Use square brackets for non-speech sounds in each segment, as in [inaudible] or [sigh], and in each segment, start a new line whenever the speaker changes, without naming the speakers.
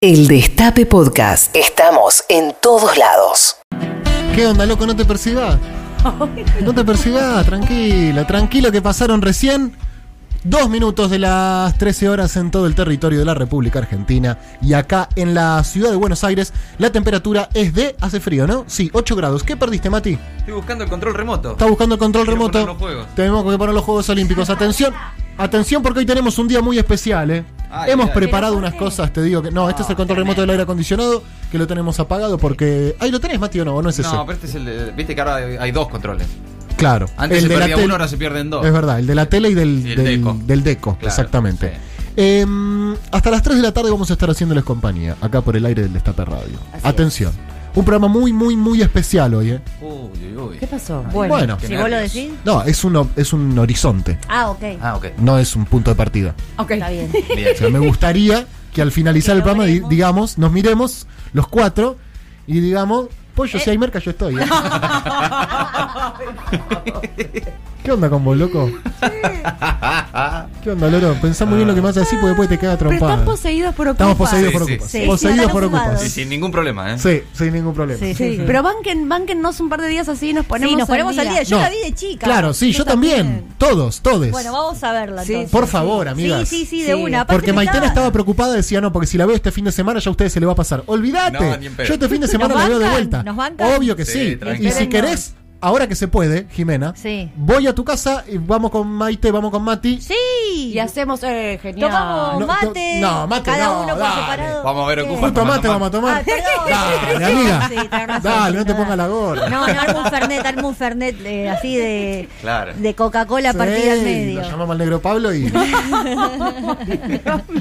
El Destape Podcast. Estamos en todos lados.
¿Qué onda, loco? No te percibás. No te percibás, tranquila, tranquilo que pasaron recién dos minutos de las 13 horas en todo el territorio de la República Argentina. Y acá en la ciudad de Buenos Aires, la temperatura es de. hace frío, ¿no? Sí, 8 grados. ¿Qué perdiste, Mati?
Estoy buscando el control remoto.
Está buscando el control
Quiero
remoto.
poner los juegos.
Tenemos que poner los Juegos Olímpicos. Atención, atención porque hoy tenemos un día muy especial, ¿eh?
Ay,
Hemos
ay.
preparado unas cosas, te digo que. No, este es el control remoto del aire acondicionado, que lo tenemos apagado porque. Ahí lo tenés, Mati, o no, ¿O no es ese.
No, pero este es el. de- Viste que ahora hay hay dos controles.
Claro.
Antes
El
se
de la
perdía
tele-
uno, ahora se pierden dos.
Es verdad, el de la tele y del,
Y el
del
deco.
del deco,
Claro,
exactamente.
sí.
Em, hasta las 3 de la tarde vamos a estar haciéndoles compañía, acá por el aire del Destape Radio. Atención. Un programa muy, muy, muy especial hoy, ¿eh?
Uy, uy, uy.
¿Qué pasó? Bueno,
Bueno. Bueno.
si vos lo
Nervios.
decís.
No, es un, o- es un horizonte,
Ah, ok.
Ah, ok.
no es un punto de partida.
Está
[laughs]
bien.
Bien.
[laughs]
O sea, me gustaría que al finalizar el programa, di- digamos, nos miremos los cuatro y digamos, pollo, si hay merca, yo [laughs] estoy. ¿eh? ¿Qué onda con vos, loco? ¿Qué onda, Loro? Pensá muy bien lo que más así porque después te queda
Pero
trompada.
están poseídos por Ocupa.
Estamos poseídos
Sí,
por
sí,
ocupas.
sí.
Poseídos
Están
por ocupas.
ocupados.
Y
Sí,
sin ningún problema, ¿eh?
sin ningún problema.
Sí, sí, sí.
Pero banquen, banquennos un par de días así y nos ponemos,
Sí, nos ponemos al día. Yo
No.
la vi de chica.
Claro, sí, yo también. Todos, todes.
Bueno, vamos a verla
Sí,
entonces.
por favor, amigas.
Sí, sí, sí,
Sí.
de una. Aparte
Porque
me
Maitena estaba preocupada, decía, no, porque si la veo este fin de semana ya a ustedes se le va a pasar.
No,
Olvídate.
ni en pedo.
Yo este fin de semana
¿Nos
la veo de
bancan?
vuelta.
¿Nos bancan?
Obvio que sí.
Sí, tranqui.
y si
Espérennos.
querés, ahora que se puede, Jimena,
Sí.
voy a tu casa y vamos con Maite, vamos con Mati.
Sí.
Y hacemos, eh, genial.
Tomamos
No,
mate.
no, mate
Cada
no,
uno por
dale.
separado.
Vamos a ver,
Sí.
ocupa.
Justo
Toma,
mate
toma.
vamos a tomar.
Ah, perdón.
Dale, amiga.
Sí, tenés razón,
Dale, no te
verdad.
pongas la gorra.
No, no, armo un Fernet, armo un Fernet eh, así de,
Claro.
de Coca-Cola partida al
Sí,
medio.
Lo llamamos al negro Pablo
[laughs]
y.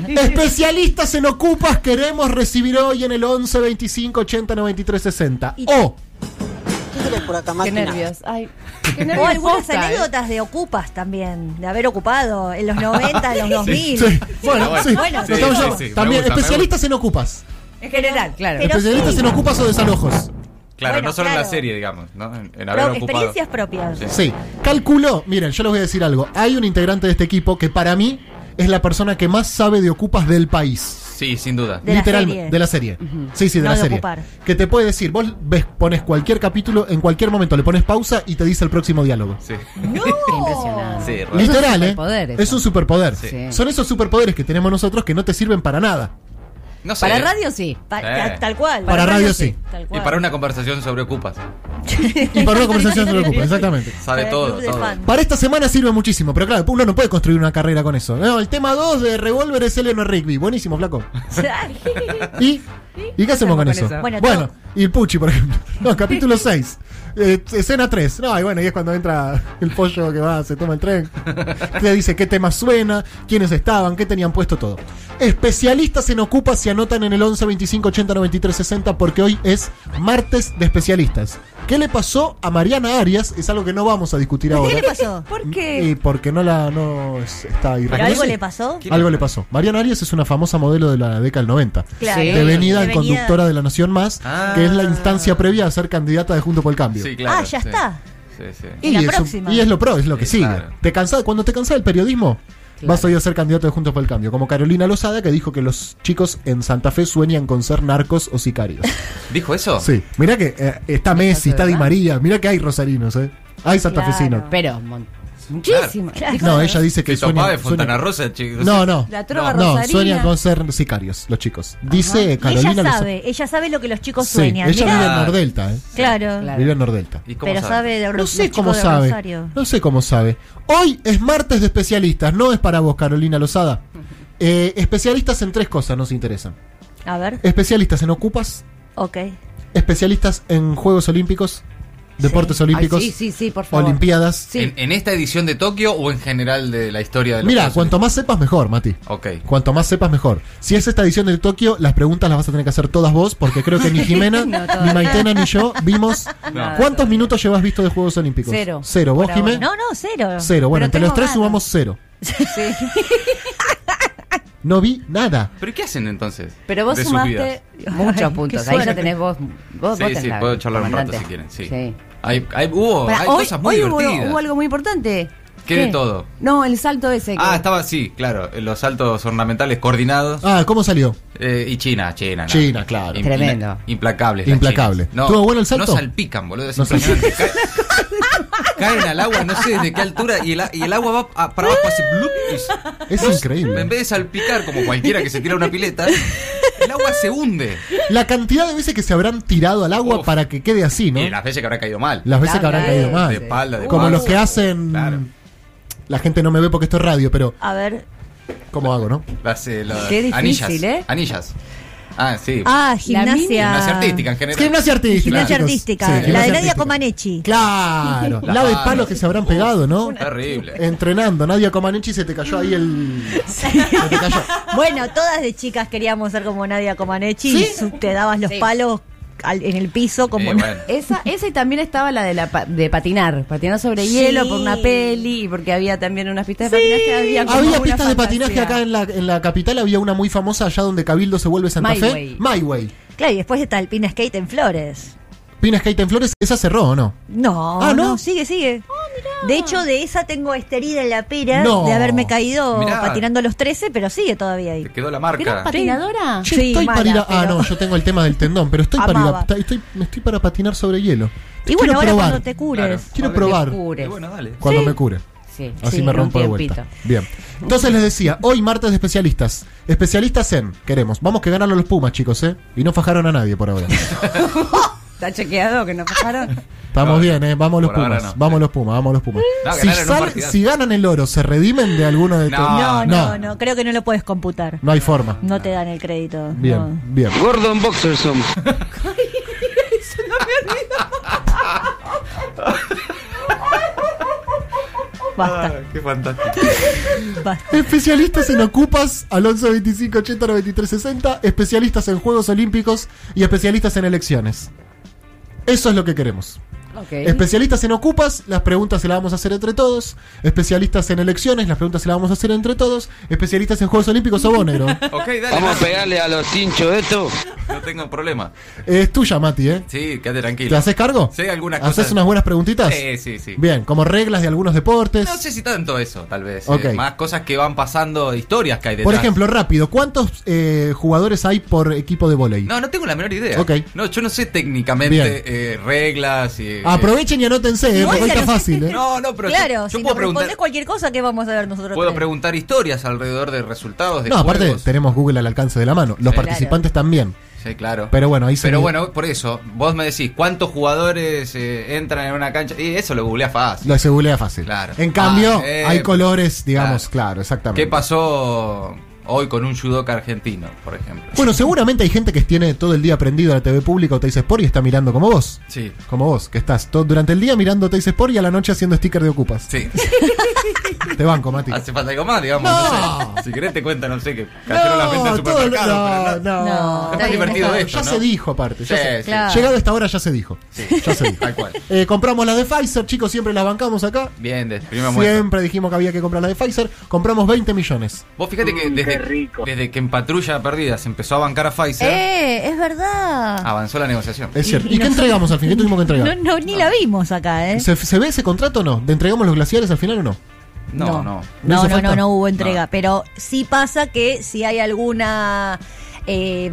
Especialistas en ocupas queremos recibir hoy en el 11 25 80 93 60. O
Qué nervios.
[laughs]
Ay, qué nervios.
O algunas
posta, eh.
anécdotas de ocupas también, de haber ocupado en los 90, en los 2000.
Sí, bueno,
bueno,
sí.
bueno,
Lo
sí,
estamos
sí,
llamando.
sí, me
También
gusta, me
especialistas en ocupas.
En general,
claro.
Pero
especialistas
sí.
en ocupas o desalojos.
Claro,
Bueno,
no solo en la
claro.
serie, digamos, ¿no? En, en haber
Pro-
ocupado.
experiencias propias.
Sí. Calculó, miren, yo les voy a decir algo. Hay un integrante de este equipo que para mí es la persona que más sabe de ocupas del país.
Sí, sin duda.
De la
Literal-
serie.
de la serie. Sí, sí, de
No
la
de
serie.
ocupar.
Que te puede decir, vos ves, pones cualquier capítulo, en cualquier momento le pones pausa y te dice el próximo diálogo.
Sí. [laughs]
Qué impresionante.
Sí, raro.
Literal,
un
¿eh?
superpoder eso.
Es un superpoder.
Sí.
Son esos superpoderes que tenemos nosotros que no te sirven para
[laughs]
nada.
No sé.
Para
¿eh?
radio sí.
Pa-
Eh.
ta- Tal cual.
Para radio sí.
Tal
Y
cual.
para una conversación sobre ocupas.
Y para una conversación se preocupa, exactamente.
Sabe
Para el
todo,
club de
todo.
fan.
Para esta semana sirve muchísimo, pero claro, uno no puede construir una carrera con eso. No, el tema 2 de Revolver es Eleno Rigby. Buenísimo, flaco. ¿Y, ¿Y qué hacemos con eso? Bueno,
Bueno,
y el Puchi, por ejemplo. No, capítulo 6. escena 3. No, y bueno, y es cuando entra el pollo que va, se toma el tren. Te dice qué tema suena, quiénes estaban, qué tenían puesto todo. Especialistas en Ocupa se anotan en el 11 25 80 93 60 porque hoy es martes de especialistas. ¿Qué le pasó a Mariana Arias? Es algo que no vamos a discutir ahora.
¿Qué le pasó?
¿Por
Y
qué?
porque no la no es- está
¿Pero
irreconocible.
algo le pasó?
Algo le pasó. Mariana Arias es una famosa modelo de la década del 90.
Claro.
Sí.
Devenida en
Devenida.
conductora de la Nación Más,
Ah.
que es la instancia previa a ser candidata de Junto por el Cambio.
Sí, claro.
Ah, ya
sí.
está.
Sí, sí.
Y,
La
es un-
próxima.
y es lo pro, es lo que
Sí,
sigue.
claro.
Te cansás- cuando te cansás del periodismo, vas a ir a ser candidato de Juntos por el Cambio. Como Carolina Lozada, que dijo que los chicos en Santa Fe sueñan con ser narcos o
[laughs]
sicarios.
¿Dijo eso?
sí. Mirá que eh, está Messi, está Di María, mirá que hay rosarinos, ¿eh? Hay santafesinos.
Claro.
Pero, mon-
Mm,
muchísimo.
No, este ella dice que
Que topaba
sueñan,
de Fontana
sueñan-
Rosa, chicos.
No, no.
La trova
no,
rosarina.
sueñan con ser sicarios, los chicos. Dice
Y
Carolina
ella
Lozada.
sabe, ella sabe lo que los chicos
Sí,
sueñan.
ella
Mirá.
vive en Nordelta, ¿eh?
Claro,
Claro.
Vive en Nordelta.
¿Y cómo
pero sabe de
No
los
sé
chicos
cómo
de
sabe.
Rosario.
No sé cómo sabe. Hoy es martes de especialistas, no es para vos,
[laughs]
Carolina Lozada. Eh, especialistas en tres cosas nos interesan.
A ver,
Especialistas en ocupas,
ok.
especialistas en Juegos Olímpicos, deportes
Ay,
olímpicos,
sí, sí, sí, por favor.
olimpiadas.
Sí.
¿En, en esta edición de Tokio o en general de la historia de los
Mira,
Juegos
cuanto más sepas mejor, Mati.
Olímpicos? Ok.
Cuanto más sepas mejor. Si es esta edición de Tokio, las preguntas las vas a tener que hacer todas vos, porque creo que ni Jimena, ni Maitena, ni yo vimos.
No.
¿Cuántos minutos llevas visto de Juegos Olímpicos?
Cero.
Cero. ¿Vos,
Por ahora.
Jimena?
No, no, cero.
Cero. Bueno,
Pero
entre los
tengo
tres
ganas.
sumamos cero.
Sí.
No vi nada.
¿Pero qué hacen entonces?
Pero vos
de sus vidas?
[laughs]
sumaste muchos puntos. Ahí ya
suerte.
tenés vos. vos vos
Sí,
tenés
sí,
la-
puedo charlar un rato
comandante.
si quieren. Sí.
Sí.
Hay, hay- hubo,
Pará,
hay
hoy
cosas muy
hoy hubo,
divertidas.
hubo algo muy importante.
¿Qué, de todo?
No, el salto ese. que-
Ah, estaba, sí, claro. Los saltos ornamentales coordinados.
Ah, ¿cómo salió?
eh, y China, China. no.
China, claro.
Tremendo.
Implacable. las
Implacable.
chinas. No,
¿Estuvo bueno el salto?
No salpican, boludo. Es
No
impresionante. Ca- [laughs] Caen al agua, no sé desde qué altura, y el, a- y el agua va a- para abajo así. blup, y s-
Es
en
increíble.
vez de salpicar, como cualquiera que se tira a una pileta, el agua se hunde.
La cantidad de veces que se habrán tirado al agua
Uf.
para que quede así, ¿no?
Y las veces que habrá caído mal.
Las veces que habrán caído
de
mal.
espalda, de
Como
palo.
los que hacen.
Claro.
La gente no me ve porque esto es radio, pero
A ver.
¿cómo hago, no?
Las, eh, las
Qué difícil,
anillas.
¿eh?
Anillas. Ah, sí.
La
Ah,
mini-
gimnasia.
Gimnasia artística en general.
Gimnasia artística.
Gimnasia
chicos.
artística.
Sí,
la
gimnasia
de Nadia
artística.
Comaneci.
Claro.
La
La de
mano.
palos que se habrán pegado, ¿no? Eh,
Terrible.
Entrenando. Nadia Comaneci se te cayó ahí
[laughs]
el. Se te cayó.
Bueno, todas de chicas queríamos ser como Nadia Comaneci.
¿Sí?
y su- Te dabas los
Sí.
palos al- en el piso como.
Eh, bueno.
Esa, esa y también estaba la de la pa- de patinar, patinar sobre
Sí.
hielo por una peli, y porque había también unas pistas de patinaje. Había, como
Había
una
pistas de
fantasía.
patinaje acá en la, en la capital, había una muy famosa allá donde Cabildo se vuelve Santa
My
Fe.
Way.
My Way.
Claro, y después está el pin skate en Flores.
Pina Skate en Flores, esa cerró, ¿o no?
No,
Ah, ¿no?
no? sigue, sigue. De hecho, de esa tengo esta herida en la pera
No.
de haberme caído
Mirá.
patinando los 13, pero sigue todavía ahí.
Te quedó la
¿Eras
marca.
patinadora?
Che,
Sí,
estoy para
mala,
ir a- Ah,
pero-
no, yo tengo el tema del tendón, pero estoy para ir a-
Amaba.
ta- estoy, estoy para patinar sobre hielo.
Y
Quiero
bueno, ahora
probar.
cuando te cures.
Claro.
Quiero
Cuando te
probar.
cures.
Eh, bueno, dale.
Cuando me cure.
Sí.
Así
Sí,
me
en un
rompo de vuelta.
tiempito.
Bien. Entonces les decía, hoy martes de especialistas. Especialistas en, queremos. Vamos que ganaron los Pumas, chicos, ¿eh? Y no fajaron a nadie por ahora.
¿Está chequeado que nos pasaron?
Estamos
No,
bien, ¿eh? Vamos los
por ahora
Pumas.
no.
Vamos los Pumas, vamos los Pumas.
No,
si,
ganaron un
sal-
partidazo.
si ganan el oro, ¿se redimen de alguno de
No,
estos?
no,
No,
Ah, no,
no, no, creo que no lo puedes computar.
No hay forma.
No te dan el crédito.
Bien,
no. [laughs]
bien.
Gordon Boxer son.
Ah,
Basta,
qué fantástico.
basta.
Especialistas en ocupas al 11 25 80 93 60, especialistas en Juegos Olímpicos y especialistas en elecciones. Eso es lo que queremos.
Ok.
Especialistas en ocupas, las preguntas se las vamos a hacer entre todos. Especialistas en elecciones, las preguntas se las vamos a hacer entre todos. Especialistas en Juegos Olímpicos o Bonero.
Ok, dale.
Vamos a
dale.
pegarle a los hinchos esto.
No tengo problema.
es tuya, Mati, ¿eh?
Sí, quédate
¿Te
tranquilo.
haces cargo?
Sí, algunas
¿Haces
cosas.
unas buenas preguntitas?
Sí, sí, sí.
Bien, como reglas de algunos deportes.
No sé si tanto eso, tal vez.
Ok.
eh, más cosas que van pasando, historias que hay
Por
detrás.
ejemplo, rápido, ¿cuántos eh, jugadores hay por equipo de volei?
No, no tengo la menor idea.
Ok.
No, yo no sé
Bien. Ah,
técnicamente eh, reglas y. eh,
Aprovechen y anótense, eh,
No,
porque hoy
ya
está
no sé.
fácil. ¿eh?
No, no, pero.
claro,
yo, yo
si
puedo
nos respondés
preguntar.
cualquier cosa, ¿qué vamos a ver nosotros?
Puedo
tres?
preguntar historias alrededor de resultados de
No, aparte
juegos.
tenemos Google al alcance de la mano. Los
Sí.
participantes también.
Sí, claro.
Pero bueno, ahí se-
Pero bueno, por eso, vos me decís cuántos jugadores eh, entran en una cancha. Y eso lo googleás fácil.
Lo se googlea fácil.
Claro.
En cambio,
Ah, eh,
hay colores, digamos, claro, exactamente.
¿Qué pasó hoy con un judoka argentino, por ejemplo?
Bueno, seguramente hay gente que tiene todo el día prendido la TV pública o Teis Sport y está mirando como vos.
Sí.
Como vos, que estás todo, durante el día mirando Teis Sport y a la noche haciendo sticker de ocupas.
Sí.
Te banco, Mati.
[laughs] Hace falta algo más, digamos.
No.
No sé. Si querés te cuentan, no sé, que cayeron las ventas del
todo-
supermercado. pero
no,
no.
no.
No,
Es más divertido
Ya
esto, ¿no?
se dijo aparte. ya
Sí,
se-
sí.
Claro.
Llegado a esta hora ya se dijo. Ya se dijo.
Tal cual.
Eh, compramos las de Pfizer, chicos, siempre las bancamos acá.
Bien, de primera muestra.
Siempre dijimos que había que comprar las de Pfizer. Compramos 20 millones.
Vos fíjate que desde, desde que en Patrulla Perdida se empezó a bancar a Pfizer,
¡Eh! ¡Es verdad!
avanzó la negociación.
Es cierto. ¿Y, qué entregamos al fin? ¿Qué tuvimos que
No,
entregar?
no, ni la vimos acá, ¿eh?
¿Se, se ve ese contrato o no? ¿De entregamos los glaciares al final o no?
No, no.
¿No
No,
hizo
no,
falta?
no, no hubo entrega.
No.
Pero sí pasa que si hay alguna. eh,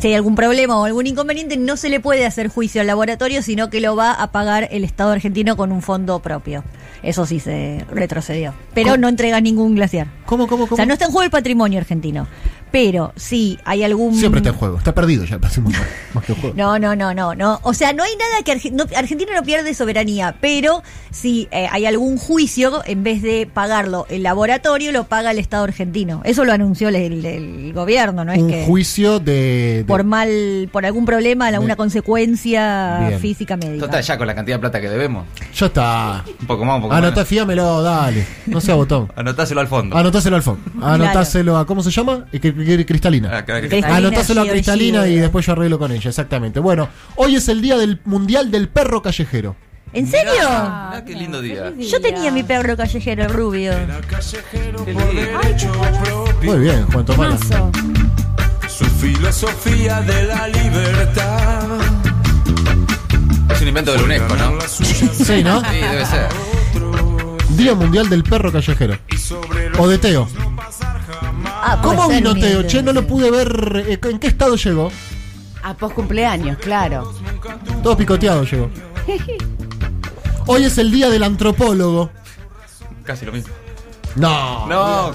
si hay algún problema o algún inconveniente, no se le puede hacer juicio al laboratorio, sino que lo va a pagar el Estado argentino con un fondo propio. Eso sí se retrocedió. Pero no entrega ningún glaciar.
¿Cómo, cómo, cómo?
O sea, no está en juego el patrimonio argentino. Pero sí hay algún.
Siempre está en juego. Está perdido ya. [laughs] parece más- más que en juego.
No, no, no, no, no. O sea, no hay nada que Arge- no- Argentina no pierde soberanía, pero si eh, hay algún juicio, en vez de pagarlo el laboratorio, lo paga el Estado argentino. Eso lo anunció el, el- el gobierno, no es
Un
que
juicio de... de-
por mal, por algún problema, alguna
Bien.
consecuencia
Bien.
física médica.
Total, ya con la cantidad de plata que debemos.
Ya está.
Un poco más, un poco
Anotá,
más.
fíamelo, dale. No sea botón.
Anotáselo al fondo.
Anotáselo al fondo. Anotáselo a... ¿Cómo se llama? Eh, que- que- que-
Ah,
Cristalina.
claro que-
Cristalina
Anotáselo a
Giorgio.
Cristalina y después yo arreglo con ella. Exactamente. Bueno, hoy es el día del Mundial del Perro Callejero.
¿En serio?
Mirá,
Ah,
mirá qué lindo día.
Yo tenía mi perro callejero el rubio.
Qué lindo.
Muy bien, Juan Tomás.
Hermoso.
Su filosofía de la libertad.
[laughs] Es un invento de la UNESCO, ¿no?
La suya
Sí, ¿no?
Sí, debe ser.
Día Mundial del Perro Callejero. O de Teo.
Ah, puede
¿Cómo
ser
vino
miércoles.
Teo? Che, no lo pude ver. eh, ¿En qué estado llegó?
A post cumpleaños, claro.
Todo picoteado
[laughs]
llegó. Hoy es el día del antropólogo.
Casi lo mismo.
No.
No,
No.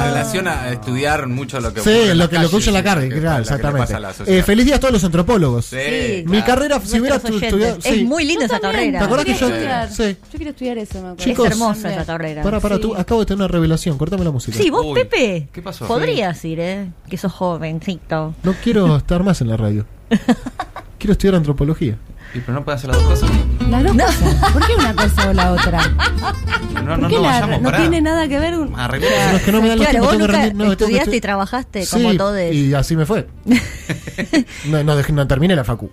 En relación a estudiar mucho lo que
Sí,
ocurre en
lo que,
la
lo que
calle,
huye en la
sí,
carne,
lo que-
claro,
lo que le
exactamente.
pasa a la sociedad.
Eh, feliz día a todos los antropólogos.
Sí,
Sí,
Mi
claro.
carrera, si hubiera
Nuestros
tu-
oyentes.
estudiado.
Es
sí.
muy linda
Yo
esa
también.
¿Te
carrera.
acordás que
Yo
yo.?
quería
Sí.
Yo quiero estudiar eso, me acuerdo.
Chicos,
es hermosa
También.
esa carrera.
Para, para, tú. Acabo de tener una revelación. Cortame la música.
Sí, vos,
Uy,
Pepe.
¿qué pasó?
Podrías ir, ¿eh? Que sos jovencito. [laughs]
No quiero estar más en la radio. Quiero estudiar antropología.
Y pero no pueden hacer las dos cosas.
Las dos cosas. ¿Por qué una cosa o la otra?
No, no,
¿Por qué
no
la-
vayamos
no
pará.
tiene nada que ver un-
Arreglemos.
No, es que no me dan los
Claro,
tiempos,
vos
tengo que rendir-
nunca
no, tengo que
estudiaste y
estu-
trabajaste
Sí,
como todos.
Y así me
[laughs]
fue. no, no, dejé- no terminé la facu.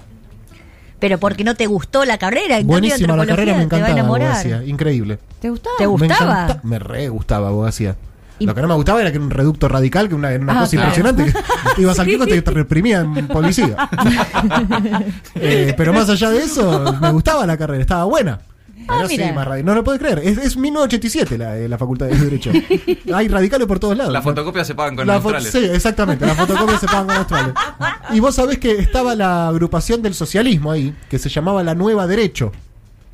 Pero porque no te gustó la carrera. En cambio,
Buenísima la carrera, me
antropología te va a
encantaba la abogacía.
enamorar.
Increíble.
¿Te gustaba?
¿Te
Me,
gustaba?
encanta- me re gustaba abogacía.
Y-
Lo que no me gustaba era que era un reducto radical, que una, era una
Ah,
cosa
claro.
impresionante. Que ibas al kiosco y te, te reprimían
[laughs]
policía. Eh, pero más allá de eso, me gustaba la carrera, estaba buena. Pero sí,
Ah, mira.
más radi- no lo puedes creer. Es, es 1987 la, eh, la Facultad de
[laughs]
Derecho. Hay radicales por todos lados.
Las fotocopias se pagan con
La fo-
neutrales.
Sí, exactamente. Las fotocopias se pagan con australes. Y vos sabés que estaba la agrupación del socialismo ahí, que se llamaba la Nueva Derecho.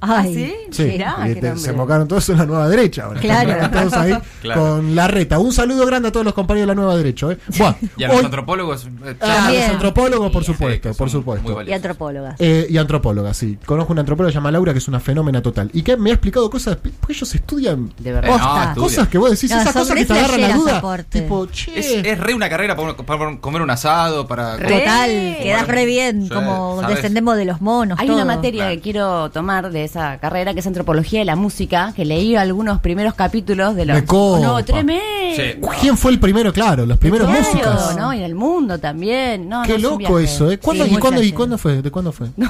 ¿Ah,
Ay,
Sí,
Mirá,
y
qué
te-
nombre.
se mocaron todos en la nueva derecha ahora.
Claro.
Están Todos ahí
[laughs] Claro.
con la reta. Un saludo grande a todos los compañeros de la nueva derecha. ¿eh? Buah,
[laughs] Y a los
hoy-
antropólogos. eh,
Ah,
También.
los antropólogos, por supuesto,
que son
por
muy
supuesto.
valiosos.
Y antropóloga.
Eh, y antropóloga, sí. Conozco una antropóloga llamada Laura que es una fenómena total. Y que me ha explicado cosas, porque ellos estudian
De
Eh,
verdad.
no,
Posta.
estudia.
cosas que vos decís,
No,
esas
son
cosas que
re
te agarran la
flasheras,
duda.
aporte.
Tipo, che.
Es, es re una carrera para, uno- para comer un asado, para...
Re.
Total, quedás
Bueno,
re bien,
sí,
como
sabes.
descendemos de los monos.
Hay
todo.
una materia
Claro.
que quiero tomar de esa carrera que es antropología de la música, que leí algunos primeros capítulos de los.
Me copa.
no, tremendo.
Sí.
¿Quién fue el primero? Claro, los primeros
Claro,
músicos.
¿no? Y en el mundo también. No, no,
Qué
es un
loco
viaje.
eso, ¿eh? ¿Cuándo,
Sí,
¿y,
muy
cuándo, ¿Y
flashero.
cuándo fue? ¿De cuándo fue?
No,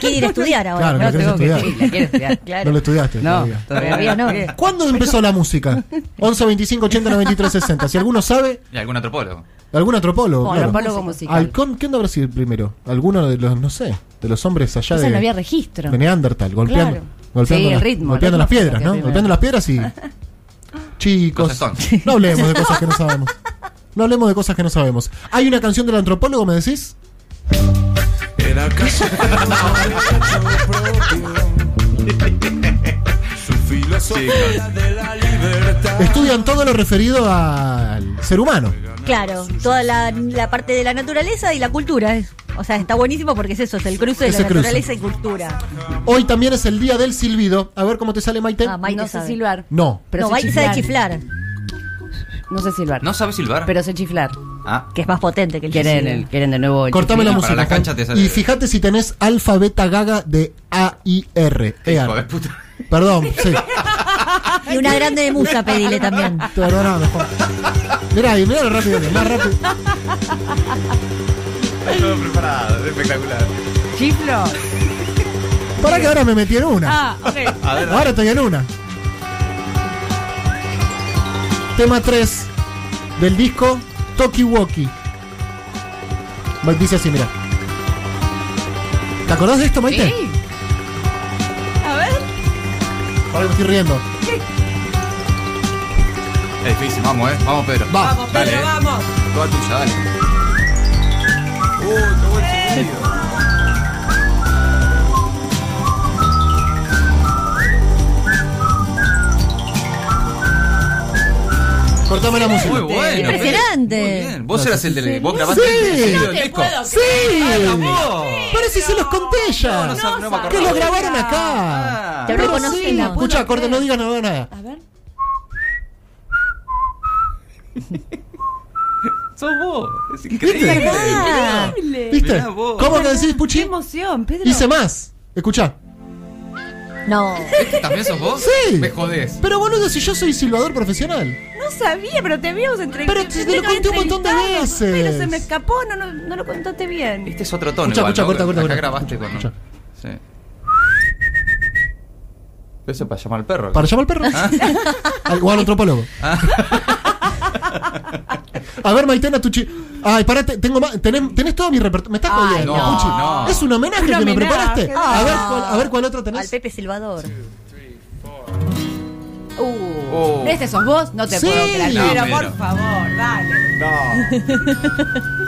quiere ir a estudiar ahora.
Claro,
No,
no querés
tengo que,
estudiar.
sí, la quiero estudiar,
[laughs]
claro.
No lo estudiaste.
No,
todavía.
todavía no.
¿Cuándo empezó la música? 11, 25, 80, 93, 60. Si alguno sabe,
Y algún antropólogo.
algún antropólogo.
O
claro.
antropólogo musical.
Al- ¿con- ¿Quién habrá sido el primero? Alguno de los, no sé, de los hombres allá
Entonces
de,
no había registro.
de Neandertal, golpeando,
Claro.
golpeando,
Sí, el
las-
ritmo,
golpeando
el
las
ritmo
piedras,
fue lo
¿no?
que
Golpeando las piedras y. Chicos,
Cosas
no hablemos
[laughs]
de cosas que no sabemos. No hablemos de cosas que no sabemos. ¿Hay una canción del antropólogo, me decís?
Era [laughs] callejero, de pecho propio. Su filosofía de la libertad.
Estudian todo lo referido al ser humano.
Claro, toda la, la parte de la naturaleza y la cultura. eh. O sea, está buenísimo porque es eso, es el cruce de
Ese
la
cruce.
naturaleza y cultura.
Hoy también es el día del silbido. A ver cómo te sale, Maite.
Ah, Maite
no sé
sabe.
silbar.
No.
Pero
no,
sé
va a irse a chiflar,
No sé silbar.
¿No sabes silbar?
Pero sé chiflar.
Ah,
que es más potente que el
Quieren,
chiflido.
el, quieren de nuevo. el
Cortame la
chiflido.
Para
música.
la
Juan.
cancha te sale.
y fíjate si tenés alfa, beta, gaga de A-I-R.
hijo de
Ear.
puta.
E, Perdón, sí.
Y una grande de musa pedile también.
Te perdonamos, Juan. Mirá, ahí, mirá lo rápido, que es, más rápido.
Todo preparado, espectacular.
¿Chiflo?
Para que ahora me metí en una.
Ah, ok.
A ver,
Ahora estoy en una. Tema 3 del disco Toki Woki. Va- Dice así, mirá. ¿Te acordás de esto, Maite?
Sí. A ver.
Ahora me estoy riendo.
es difícil, vamos, eh. Vamos, Pedro.
Vamos,
dale, eh.
vamos.
Toda tuya, dale.
Uh, qué buen sonido.
Cortame la música.
Muy bueno. Pedro.
Impresionante.
Muy bien. Vos eras el del. Vos grabaste
Sí.
el video del
te
disco.
puedo
¡Sí! Pero si se los conté ya.
No, no, no me
que
acordaba.
lo grabaron acá.
Ah.
Te
Pero
reconocemos.
sí, Escucha, corte, no digas nada, nada.
A ver.
Sos vos. Es increíble.
Ah,
¿Viste?
Mirá vos.
¿Cómo que decís,
Qué
Puchi?
emoción, Pedro.
Hice más. Escucha.
no.
¿También sos vos?
Sí.
Me jodés.
Pero boludo, si yo soy silbador profesional.
No sabía, pero te habíamos entrevistado.
Pero te- te lo conté un montón de veces.
Pero se me escapó, no, no, no lo contaste bien.
Este es otro tono.
Escucha,
igual,
escucha,
¿no?
corta, corta,
Acá
corta.
grabaste
Escucha, escucha.
con. Sí. Eso es para llamar al perro.
¿Para llamar al perro?
Ah.
[laughs] Al- O al antropólogo. [laughs] A ver, Maitena, tu chi. Ay, parate, tengo más. Tenés, tenés todo mi repertorio. Me estás
Ay,
jodiendo,
no,
Puchi.
no.
Es un homenaje
Un
que me
homenaje.
preparaste. A ver, cuál, a ver cuál otro
Al
tenés.
Pepe Silvador.
Uh.
Oh.
Este sos vos, no te
Sí.
puedo creer.
No,
pero
pero-
por favor, dale.
No.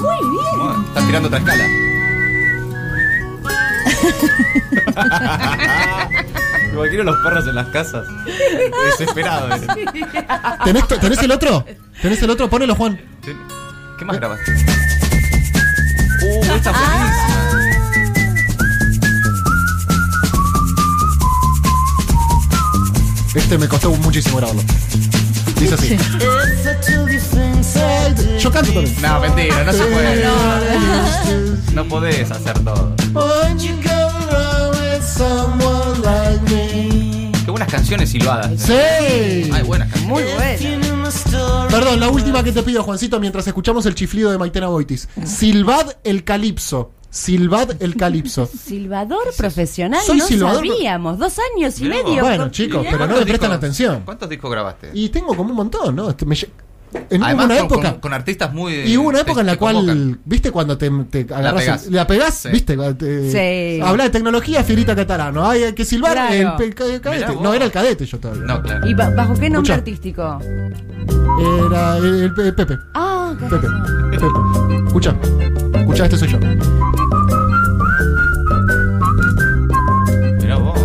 Muy bien.
Estás tirando otra [laughs] escala. Me imagino los perros en las casas. eh. Desesperados.
¿Tenés, to- tenés el otro? ¿Tenés el otro? Ponelo, Juan.
¿Qué más grabaste? Uh, esta es buenísima.
Este me costó muchísimo grabarlo. Dice así. Yo canto también.
No, mentira, no se puede. No podés hacer todo. Qué buenas canciones silbadas.
Sí.
Ay, buenas canciones.
Muy bueno.
Perdón, la última que te pido, Juancito, mientras escuchamos el chiflido de Maitena Boitis. Silvad el calipso. Silvad el
[laughs]
calipso.
Silbador profesional,
Soy
no
silbador.
sabíamos. Dos años y
Mirá vos.
medio.
Bueno,
Con-
chicos, pero no
¿Cuántos
le prestan
discos-
atención.
¿Cuántos discos grabaste?
Y tengo como un montón, ¿no? Este, me lle- en
Además,
una
con-
época.
Con, con artistas muy.
Y hubo una
te-
época en la
te convocan.
cual, ¿viste cuando te, te agarras?
pegás.
La pegás,
Sí.
¿viste? Te-
Sí.
Habla de tecnología, Fierita Catarano. Ay, hay que silbar
Claro.
el, pe- el cadete.
Mirá vos.
no, era el cadete yo todavía.
No, claro.
¿Y ba- bajo qué nombre
Escuchá.
artístico?
Era el, el pe- Pepe.
Ah, qué
Pepe. Pepe. Escucha. Escucha, este soy yo.
Mirá vos.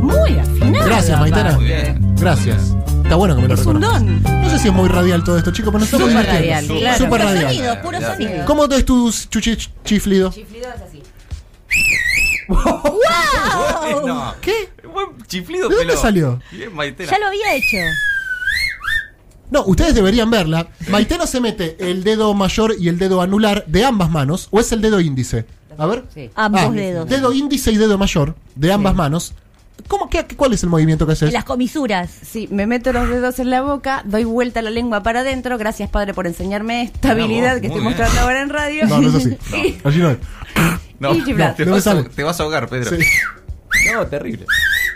muy afinado.
Gracias, Maitena.
Ah, Muy bien.
Gracias. Está bueno que me lo
Es un
reconozcas.
don.
No sé si es muy radial todo esto, chicos, pero nosotros
Súper
somos
radial,
cristianos.
claro.
Súper
Puro
radial.
sonido, puro
Ya, ya.
sonido.
¿Cómo te es tu chuchi ch- chiflido?
Chiflido es así.
No.
¿Qué?
Buen chiflido
¿De dónde
pelón.
salió?
Bien, Maitena.
Ya lo había hecho.
No, ustedes deberían verla. Maitena se mete el dedo mayor y el dedo anular de ambas manos, o es el dedo índice. A ver.
Sí.
Ambos
Ah,
dedos.
Dedo índice y dedo mayor de ambas manos. ¿Cómo, qué, ¿Cuál es el movimiento que
Y
haces?
las comisuras.
Sí, me meto los dedos en la boca, doy vuelta la lengua para adentro. Gracias, padre, por enseñarme esta
Mirá
habilidad
vos,
que
muy
estoy
bien.
mostrando ahora en radio.
No, no es así.
Y-
Así no es.
No,
Y chiflar.
te,
No me
vas a,
sale.
te vas a ahogar, Pedro.
Sí.
No, terrible.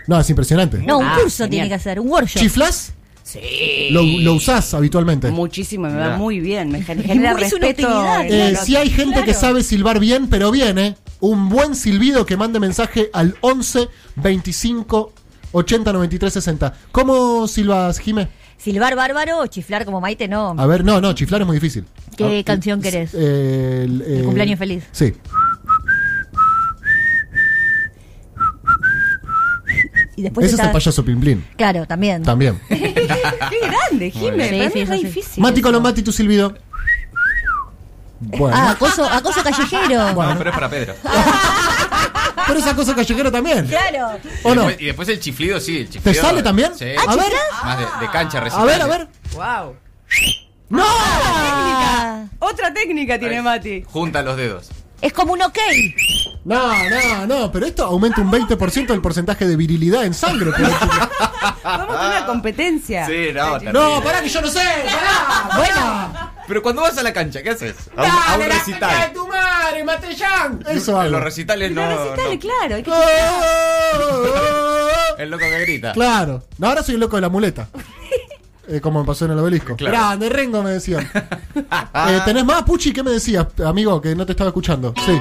No, es impresionante.
No, un
Ah,
curso
genial.
tiene que hacer, un workshop.
¿Chiflas?
Sí.
Lo, lo usás habitualmente.
[laughs] Muchísimo, me
Mirá.
va muy bien. Me gen- genera
Porque es una
respeto.
utilidad,
en
Eh,
el
si
otro.
hay gente que sabe silbar bien, pero bien, ¿eh? Un buen silbido que mande mensaje al 11 25 80 93 60. ¿Cómo silbas, Jimé?
Silbar bárbaro o chiflar como Maite, no.
A ver, no, no, chiflar es muy difícil.
¿Qué
Ah,
canción
eh,
querés?
eh, el, eh,
cumpleaños feliz.
Sí.
Y después
Ese
Pues está-
es el payaso Pimplín.
Claro, también. [laughs]
También.
Qué grande, Jimé.
Sí,
Para mí
sí,
es re
sí.
difícil.
Mati Colombati, tu silbido. Bueno.
Ah, acoso, acoso callejero.
No, pero es para Pedro.
Ah, Pero esa cosa callejera también.
Claro.
¿O no?
Y después, y después el chiflido, sí, el chiflido.
¿Te sale también?
Sí.
A ver,
Ah,
Más de, de cancha
a
recitales.
ver, a ver.
Wow.
¡No!
Otra técnica tiene Mati.
Junta los dedos.
Ah, Es como un ok.
No, no, no, pero esto aumenta un 20% el porcentaje de virilidad en sangre. pero-
Vamos a
Ah.
una competencia.
Sí, no, terrible.
no, pará que yo no sé. Pará, pará.
Pero cuando vas a la cancha, ¿qué haces? A un, a un recital.
tu madre, Matellán! Eso
En
hago.
los recitales no.
Pero recitale,
no.
claro. hay que-
El loco que grita.
Claro. No, ahora soy el loco de la muleta. Eh, como me pasó en el obelisco.
Claro.
Grande, Rengo, me decían. Eh, ¿Tenés más, Puchi? ¿Qué me decías, amigo, que no te estaba escuchando? Sí.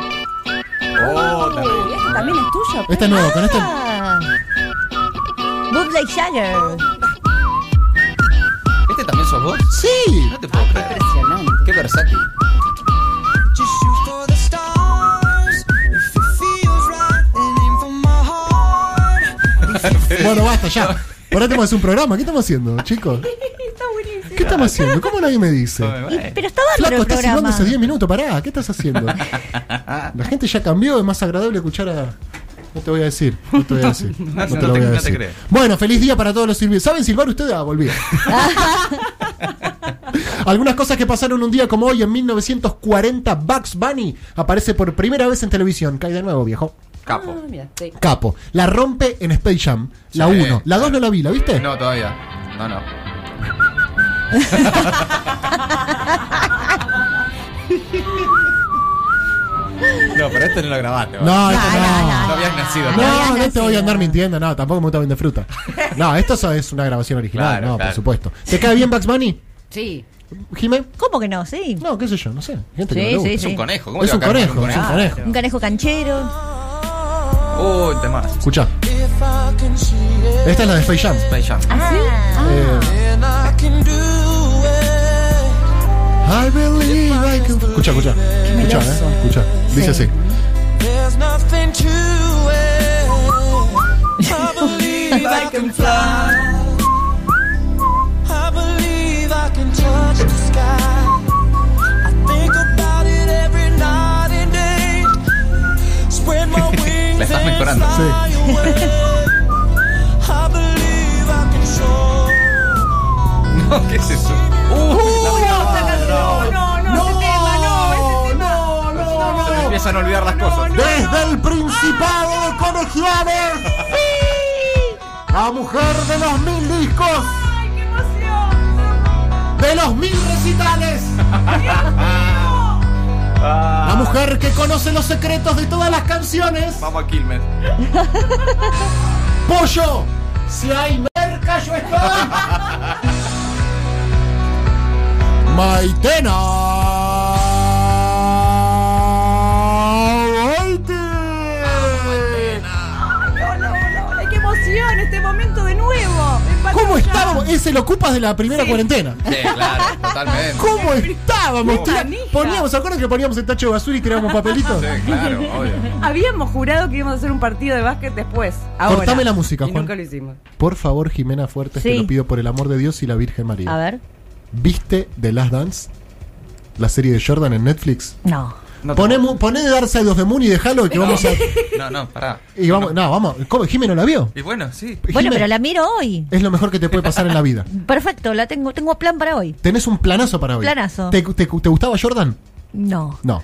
Oh, terrible.
Y esto también es tuyo.
Este es nuevo, con este...
Ah. Move like Jagger.
¿Este también sos vos?
Sí.
No te puedo creer.
Impresionante.
Qué versátil.
Bueno, basta, ya. Por ahora tenemos un programa. ¿Qué estamos haciendo, chicos? ¿Qué estamos haciendo? ¿Cómo nadie me dice?
Y- pero está bárbaro
Flaco,
el
estás silbando
programa.
hace 10 minutos, pará, ¿qué estás haciendo? La gente ya cambió, es más agradable escuchar a. No te voy a decir, no te voy a
[laughs]
decir. No, te
no
lo voy a
te- no te
decir.
creo.
Bueno, feliz día para todos los silbidos. ¿Saben silbar ustedes? Ah, volví. Algunas cosas que pasaron un día como hoy, en 1940, Bugs Bunny aparece por primera vez en televisión. Cae de nuevo, viejo.
Ah,
[laughs] Capo.
mira, sí.
Capo. La rompe en Space Jam, la
Sí.
1. La 2 no la vi, ¿la viste?
No, todavía. No,
[laughs]
no. No, pero este no lo grabaste. ¿vale?
No, esta no.
No habías nacido. ¿no?
No, no te voy a andar mintiendo, no, tampoco me gusta vender fruta. No, esto so- es una grabación original,
Claro,
no,
claro.
por supuesto. ¿Te cae bien Bugs Bunny?
Sí.
¿Jimé?
¿Cómo que no? Sí.
No, qué sé yo, no sé. Gente que
Sí,
no le gusta.
sí,
Es un conejo. ¿Cómo
Es
te
un
va a cagar
conejo, es un
conejo?
conejo.
Un canejo canchero.
Uy, temas.
Escuchá. Esta es la de Space Jam.
Space
Ah.
Jam.
Eh, I believe I can- Escucha, escucha. Escucha, eh. Escucha. Dice así.
[laughs] [laughs] La estás mejorando.
Sí.
[laughs] No, ¿qué es eso?
Uh.
Se me empiezan a olvidar las cosas.
Desde el Principado de Colegiales. La mujer de los mil discos. De los mil recitales. La mujer que conoce los secretos de todas las canciones.
Vamos a Quilmes.
¡Pollo! Si hay merca, yo estoy. Maitena. Oite.
¡Ay, qué emoción! Este momento de nuevo.
¿Cómo estábamos? Ese lo ocupas de la primera cuarentena.
Sí, claro, totalmente.
[laughs]
¿Cómo estábamos? Tira- Poníamos, ¿se acuerdan que poníamos el tacho de basura y
[laughs]
tirábamos papelitos?
Sí, claro, obvio.
Habíamos jurado que íbamos a hacer un partido de básquet después. Ahora.
Cortame la música,
Y
Juan.
nunca lo hicimos.
Por favor, Jimena Fuertes, te
Sí.
lo pido por el amor de Dios y la Virgen María.
A ver.
¿Viste The Last Dance? La serie de Jordan en Netflix.
No.
No te-
Poné, mu- poné Dark Side of the Moon y dejalo que
[laughs]
vamos a.
No, no, pará.
Y vamos, no, vamos. ¿Cómo? ¿Jimé no la vio?
Y bueno, sí.
Bueno,
Jimé,
pero la miro hoy.
Es lo mejor que te puede pasar en la vida.
Perfecto, la tengo, tengo plan para hoy.
Tenés un planazo para hoy.
Planazo.
¿Te, te, te gustaba Jordan?
No.
No.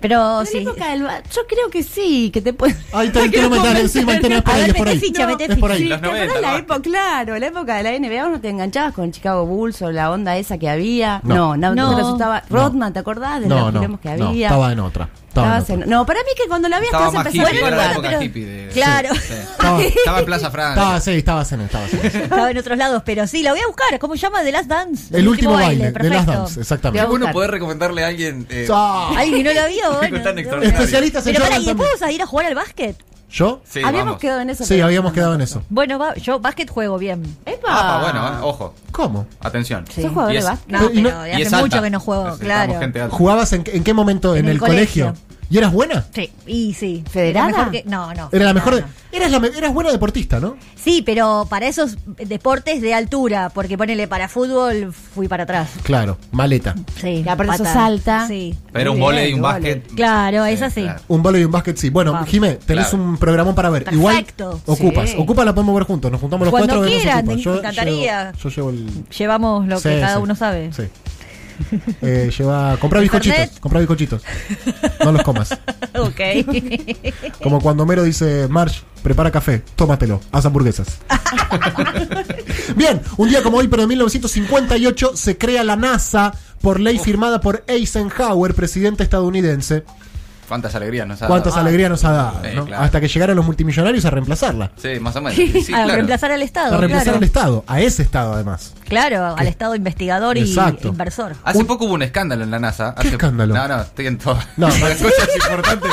Pero
La
sí.
época del ba- yo creo que sí, que te puedes. [laughs]
Ahí te quiero meter encima y tenés por
A
ahí.
ver,
es por
meté
ahí.
ficha, meté
es por ahí.
Sí, Los
¿Te acordás
90,
la
¿no?
época, claro, la época de la NBA no te enganchabas con Chicago Bulls o la onda esa que había.
No.
No, no,
No.
no, te asustaba.
No.
Rodman, ¿te acordás de
No,
los
no,
problemas que
no,
había?
Estaba en otra. Estaba en
Estabas
otra.
en- No, para mí que cuando la veas te
Estaba
vas a
más
empezar a
hippie, era la
acordar,
época
pero-
hippie. de-
Claro.
Sí. [laughs]
Estaba-
Estaba en Plaza Francia.
Estaba, sí, estaba en estaba
[laughs]
en
Estaba en otros lados, pero sí, la voy a buscar. ¿Cómo se llama? The Last Dance.
El último baile, The
perfecto.
Last Dance,
Qué
exactamente.
Voy a
bueno
buscar.
poder recomendarle a alguien. eh,
Ah,
Alguien no la
[laughs]
vio, bueno.
tan
de
extraordinario.
una.
Especialistas en
Pero para,
Jordan
¿y
también.
después vas a ir a jugar al básquet?
¿Yo?
Sí,
Habíamos
vamos.
quedado en eso.
Sí,
pero-
habíamos quedado en eso.
Bueno, va- yo básquet juego bien.
¡Epa!
Ah, pa, bueno, eh, ojo,
¿Cómo?
atención.
Sí.
¿Sos jugador
Y
de
es-
básquet?
No,
Pero-
pero,
y no-
y
hace
es alta.
mucho que no juego,
Necesitamos
claro.
gente alta.
¿Jugabas en, en qué momento? ¿En,
En
el,
el
colegio. ¿Y eras buena?
Sí, y sí.
¿Federada?
Era mejor que- no, no.
Era la mejor.
no,
de-
no.
eras, la, me- eras buena deportista, ¿no?
Sí, pero para esos deportes de altura, porque ponele para fútbol, fui para atrás.
Claro, maleta.
Sí.
Y aparte
pata.
sos alta.
Sí.
Pero un
Muy
volei,
bien,
un
volei.
básquet.
Claro, es así.
claro.
Un vóley y un básquet, sí. Bueno,
Vamos.
Jimé, tenés
Claro.
un programón para ver.
Perfecto.
Igual ocupas.
Sí.
Ocupa la podemos ver juntos. Nos juntamos los
Cuando
cuatro. vemos
quieran,
Ocupa.
me encantaría.
Yo, llevo el.
Llevamos lo que
Sí,
cada
sí.
uno sabe.
Sí. Eh, lleva. Comprar
Internet.
bizcochitos. Comprar bizcochitos. No los
[laughs]
comas.
[laughs] ok.
Como cuando Homero dice, Marge, prepara café, tómatelo, haz
[laughs]
hamburguesas. Bien, un día como hoy, pero en 1958, se crea la NASA por ley firmada por Eisenhower, presidente estadounidense.
Cuántas alegrías nos ha dado.
Ah.
Cuántas alegrías nos ha dado,
Ah. Sí,
¿no?
claro.
Hasta que llegaron los multimillonarios a reemplazarla.
Sí, más o
[laughs]
menos. Sí,
a
claro.
reemplazar al
A
Estado.
reemplazar
claro.
al Estado, a ese Estado además.
Claro, al Estado investigador
Exacto. Ah,
y inversor.
Hace poco hubo un escándalo en la NASA.
¿Qué
Hace-
escándalo?
No, no, estoy en todo.
No,
[laughs] las
parece-
cosas importantes.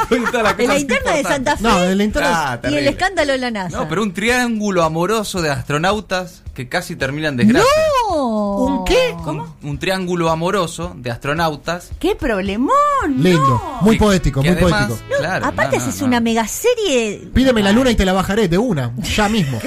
Estoy en todas las
En la
cosas
interna de
importantes.
Santa Fe
No, en la interna-
Ah,
y el
terrible.
escándalo en la NASA.
No, pero un triángulo amoroso de astronautas que casi terminan desgracia.
¡No!
¿Un qué?
¿Cómo? Un triángulo amoroso de astronautas.
¡Qué problemón!
Lindo, muy
que-
poético,
que
muy
además-
poético.
No,
Claro,
aparte
no, no,
haces
no.
una mega serie.
Pídeme la luna y te la bajaré de una, ya
[laughs]
mismo.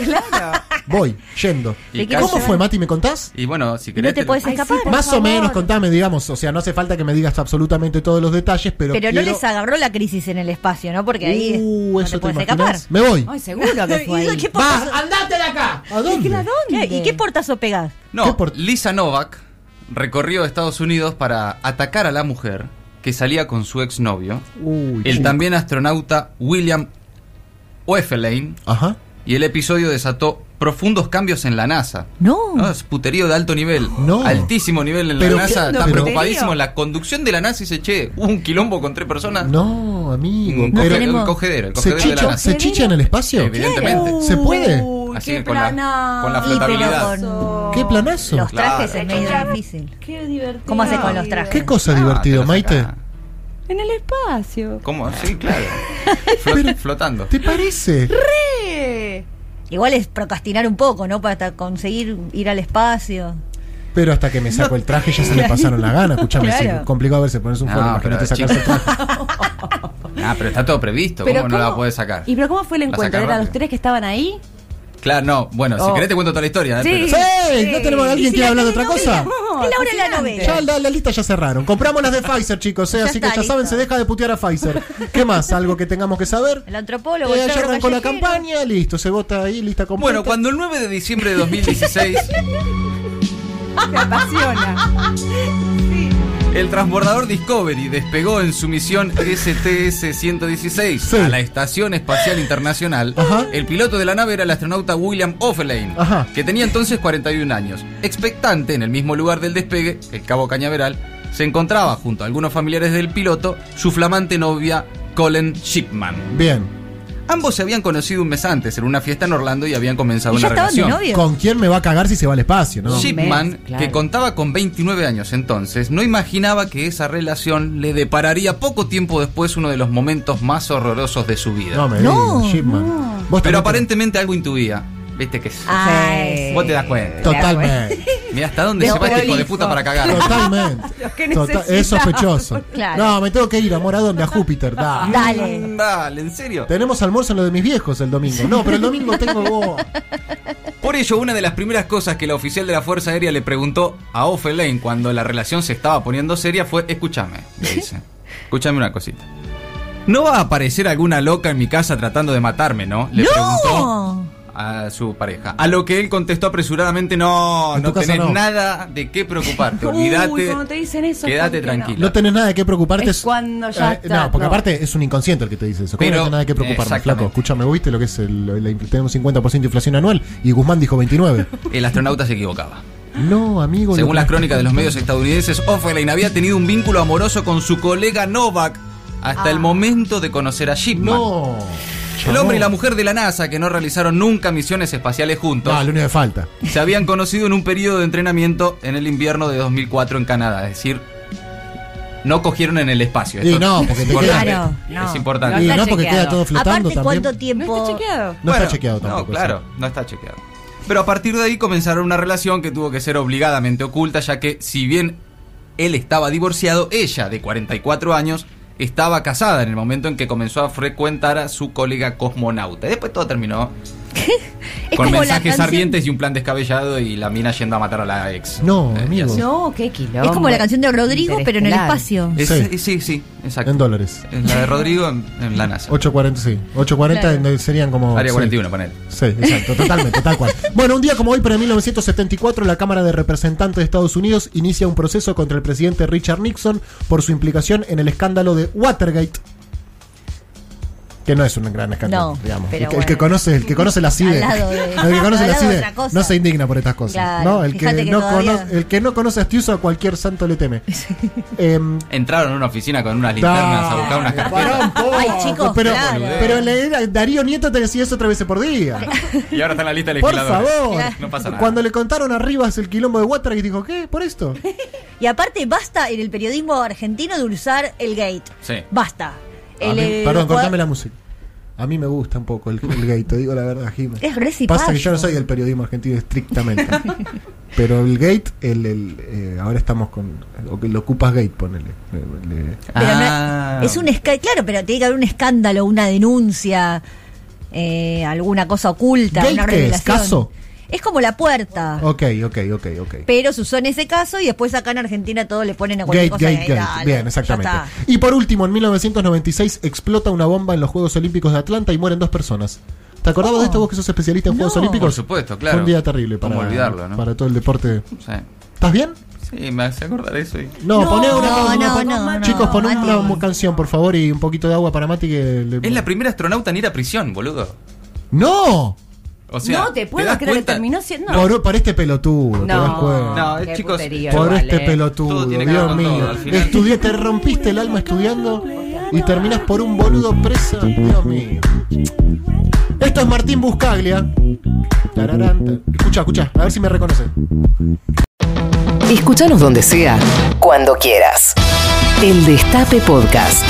Voy, yendo.
Y
¿De qué
casi-
¿Cómo fue, Mati? ¿Me contás?
Y bueno, si querés.
No te
lo-
puedes
Ay, sí,
escapar.
por
Más o
favor.
menos, contame, digamos. O sea, no hace falta que me digas absolutamente todos los detalles, pero.
Pero no
quiero-
les agarró la crisis en el espacio, ¿no? Porque ahí
Uh,
no
eso
te
te
puedes escapar.
imaginás. Me voy.
Ay, seguro que
[laughs]
fue
¿Y
ahí.
qué portazo-
¡Vas! ¡Andate de acá! ¿A dónde?
¿Qué- ¿Y qué portazo pegás?
¿Qué
No,
por-
Lisa Novak recorrió Estados Unidos para atacar a la mujer que salía con su exnovio,
Uy,
el
chico.
también astronauta William Oefelein,
Ajá.
y el episodio desató profundos cambios en la NASA.
No.
¿no? Es puterío de alto nivel,
No.
altísimo nivel en
Pero
la NASA.
qué-
Están
pero-
preocupadísimos. La conducción de la NASA dice, che, hubo un quilombo con tres personas.
No, amigo.
Un
pero-
coge-
tenemos-
un cogedero, Mm, el
¿Se
cogedero de la
chicha,
NASA.
¿Se chicha en el espacio?
Evidentemente.
¿Se puede?
Uy, Uy,
Así
qué
que con la-
planazo.
con la
Y
flotabilidad.
pero con
¿Qué planazo?
los trajes
Claro.
es medio difícil.
Qué divertido.
¿Cómo hace con los trajes?
¿Qué cosa
Ah,
divertido,
te lo
Maite?
saca.
En el espacio.
¿Cómo?
[laughs]
Sí, claro. Flot-
Pero-
flotando.
¿Te parece?
Eh,
Igual es procrastinar un poco, ¿no? Para hasta conseguir ir al espacio.
Pero hasta que me saco el traje ya
[laughs]
se le pasaron las ganas. Escúchame,
Claro.
sí, complicado verse ponerse un
No,
forro, imagínate
pero
sacarse el
chico.
traje.
[laughs] Ah, pero está todo previsto. ¿Cómo,
pero
no la puedes sacar?
¿Y pero cómo fue el
La
encuentro?
sacás
¿Eran los
rápido.
tres que estaban ahí?
Claro, no. Bueno, si
Oh.
querés te cuento toda la historia. eh,
Sí.
pero-
¡Sí! ¿No tenemos a alguien que quiera hablar de otra cosa?
No,
Es la hora de la
fascinante.
novela.
Ya la, la lista ya cerraron. Compramos las de Pfizer, chicos, eh,
Ya
así que
está,
ya saben,
listo.
se deja de putear a Pfizer. ¿Qué más? ¿Algo que tengamos que saber?
El antropólogo,
Eh,
el
ya
chorro
arrancó la
callejero.
campaña, listo, se vota ahí, lista completa.
Bueno, cuando el 9 de diciembre de 2016,
Me apasiona.
el transbordador Discovery despegó en su misión STS-116
Sí.
a la Estación Espacial Internacional,
Ajá.
el piloto de la nave era el astronauta William Offeline,
Ajá.
que tenía entonces 41 años. Expectante, en el mismo lugar del despegue, el Cabo Cañaveral, se encontraba junto a algunos familiares del piloto su flamante novia, Colin Shipman.
Bien.
Ambos se habían conocido un mes antes en una fiesta en Orlando y habían comenzado
¿Y
una
ya estaban de
relación.
novios?
¿Con quién me va a cagar si se va al espacio, no?
Sí.
Shipman,
mes, claro.
que contaba con 29 años entonces, no imaginaba que esa relación le depararía poco tiempo después uno de los momentos más horrorosos de su vida.
No me
No,
digas, Shipman. Vos
Pero
también
aparentemente algo intuía. ¿Viste que es?
Ay,
Vos te das cuenta.
te- Totalmente.
Mira hasta dónde
No,
se va este
pero
hijo de
hijo.
puta para cagar.
Totalmente.
[laughs]
que
Tota- es
necesitamos.
sospechoso.
Claro.
No, me tengo que ir, amor, ¿a dónde?
[laughs]
A Júpiter, da.
Dale.
[laughs] Dale, en serio.
[laughs] Tenemos almuerzo en lo de mis viejos el domingo. No, pero el domingo tengo vos.
Por ello, una de las primeras cosas que la oficial de la Fuerza Aérea le preguntó a Offelane cuando la relación se estaba poniendo seria fue, escúchame, le dice, escúchame una cosita. No va a aparecer alguna loca en mi casa tratando de matarme, ¿no? Le
¡No!
preguntó a su pareja. A lo que él contestó apresuradamente, no,
En
no
tu casa
tenés
no".
nada de qué preocuparte,
Uy,
olvídate.
cuando te dicen eso,
Quédate
¿por qué no?
tranquila.
No tenés nada de qué preocuparte. Eh,
Es cuando ya está,
No, porque
no.
aparte es un inconsciente el que te dice eso. ¿Cómo
Pero-
no tenés nada de qué preocuparme,
exactamente.
flaco? Escúchame, ¿vos ¿viste lo que es? el- la infl- tenemos 50% de inflación anual y Guzmán dijo 29.
El astronauta se equivocaba.
No, amigo. lo
Según
que
las
me
crónicas
estás
de los medios
contando.
estadounidenses, Offeline había tenido un vínculo amoroso con su colega Novak hasta el momento de conocer a Shipman.
No.
El
Chabón.
hombre y la mujer de la NASA, que no realizaron nunca misiones espaciales juntos,
No, lo único que falta.
se habían conocido en un periodo de entrenamiento en el invierno de 2004 en Canadá. Es decir, no cogieron en el espacio.
Y no, porque te
importante.
queda-
Claro,
Es
no.
Y
importante.
está
no, porque
chequeado.
queda todo flotando
Aparte,
también.
¿cuánto
¿No está
tiempo?
chequeado?
No
Bueno,
está chequeado tampoco.
No, claro, no está chequeado. Pero a partir de ahí comenzaron una relación que tuvo que ser obligadamente oculta, ya que si bien él estaba divorciado, ella, de 44 años, estaba casada en el momento en que comenzó a frecuentar a su colega cosmonauta. Y Después todo terminó
Es
con
como la
mensajes
canción-
ardientes y un plan descabellado y la mina yendo a matar a la ex.
No,
Eh,
amigo.
y así.
No, qué quilombo.
Es como la canción de Rodrigo, pero en el
Interestelar.
espacio.
Es-
Sí.
eh, sí, sí, exacto.
En dólares.
En La de Rodrigo en, en la NASA.
8.40, sí. 8.40 en- serían como...
Área
sí.
41, panel.
Sí, exacto, totalmente, tal cual. Bueno, un día como hoy, pero en 1974, la Cámara de Representantes de Estados Unidos inicia un proceso contra el presidente Richard Nixon por su implicación en el escándalo de Watergate. Que no es un gran escándalo,
No,
digamos. El
pero
que, el que
bueno.
conoce, el que conoce la CIDE,
Al lado de-
el que conoce
al
la
lado de
CIDE
otra cosa.
no se indigna por estas cosas.
Claro,
¿no? el, que
fíjate que
no
todavía-
conoce, el que no conoce a Tiuso a cualquier santo le teme. Em,
Entraron a una oficina con unas linternas a buscar unas
Pará
carpetas.
un poco,
Ay, chicos,
pero,
claro.
pero le era- Darío Nieto te decía eso tres veces por
[laughs]
día.
Y ahora está en la lista de
Por
legisladores.
favor.
No pasa nada.
Cuando le contaron a Rivas el quilombo de Watergate, dijo, ¿qué? ¿Por esto?
Y aparte, basta en el periodismo argentino de usar el gate.
Sí.
Basta.
A
[laughs] El,
mí-
eh,
perdón,
cuad-
cortame la música. A mí me gusta un poco el, el gay, te digo la verdad, Jimmy.
Es re cipayo.
Pasa que yo no soy del periodismo argentino
[laughs]
estrictamente. Pero el gate, el, el, eh, ahora estamos con. O que lo ocupas gate, ponele. Le- le-
Pero no-
Ah.
es un esca- claro, pero tiene que haber un escándalo, una denuncia, eh, alguna cosa oculta,
¿Gate
una
qué es?
revelación.
¿Caso?
Es como la puerta.
Ok, ok, ok, ok.
Pero se usó en ese caso y después acá en Argentina todo le ponen a cualquier
Gate,
cosa.
gate,
y
gate.
dale,
Bien,
ya
exactamente.
está.
Y por último, en 1996 explota una bomba en los Juegos Olímpicos de Atlanta y mueren dos personas. ¿Te acordabas
Oh.
de esto vos que sos especialista en
No.
Juegos Olímpicos?
Por supuesto, claro.
Fue un día terrible para,
¿Cómo olvidarlo, no?
para todo el deporte.
Sí.
¿Estás bien?
Sí, me hace acordar eso y...
No,
No,
poné una,
no,
una-
no, no,
Chicos, poné
Mati.
una mu- canción, por favor, y un poquito de agua para Mati que le-
Es la primera astronauta en ir a prisión, boludo.
¡No!
O sea,
no te puedo
das
creer que
cuenta?
terminó siendo.
Por, por este pelotudo, ¿te das cuenta?
no,
Qué
chicos,
putería,
Por
igual,
este
eh.
pelotudo,
Todo tiene que ver
Dios
con
mío.
todo, al final.
Estudié, te rompiste el alma estudiando y terminás por un boludo preso. Dios mío. Esto es Martín Buscaglia. Tararán, ta- Escucha, escucha, a ver si me reconoce.
Escúchanos donde sea, cuando quieras. El Destape Podcast.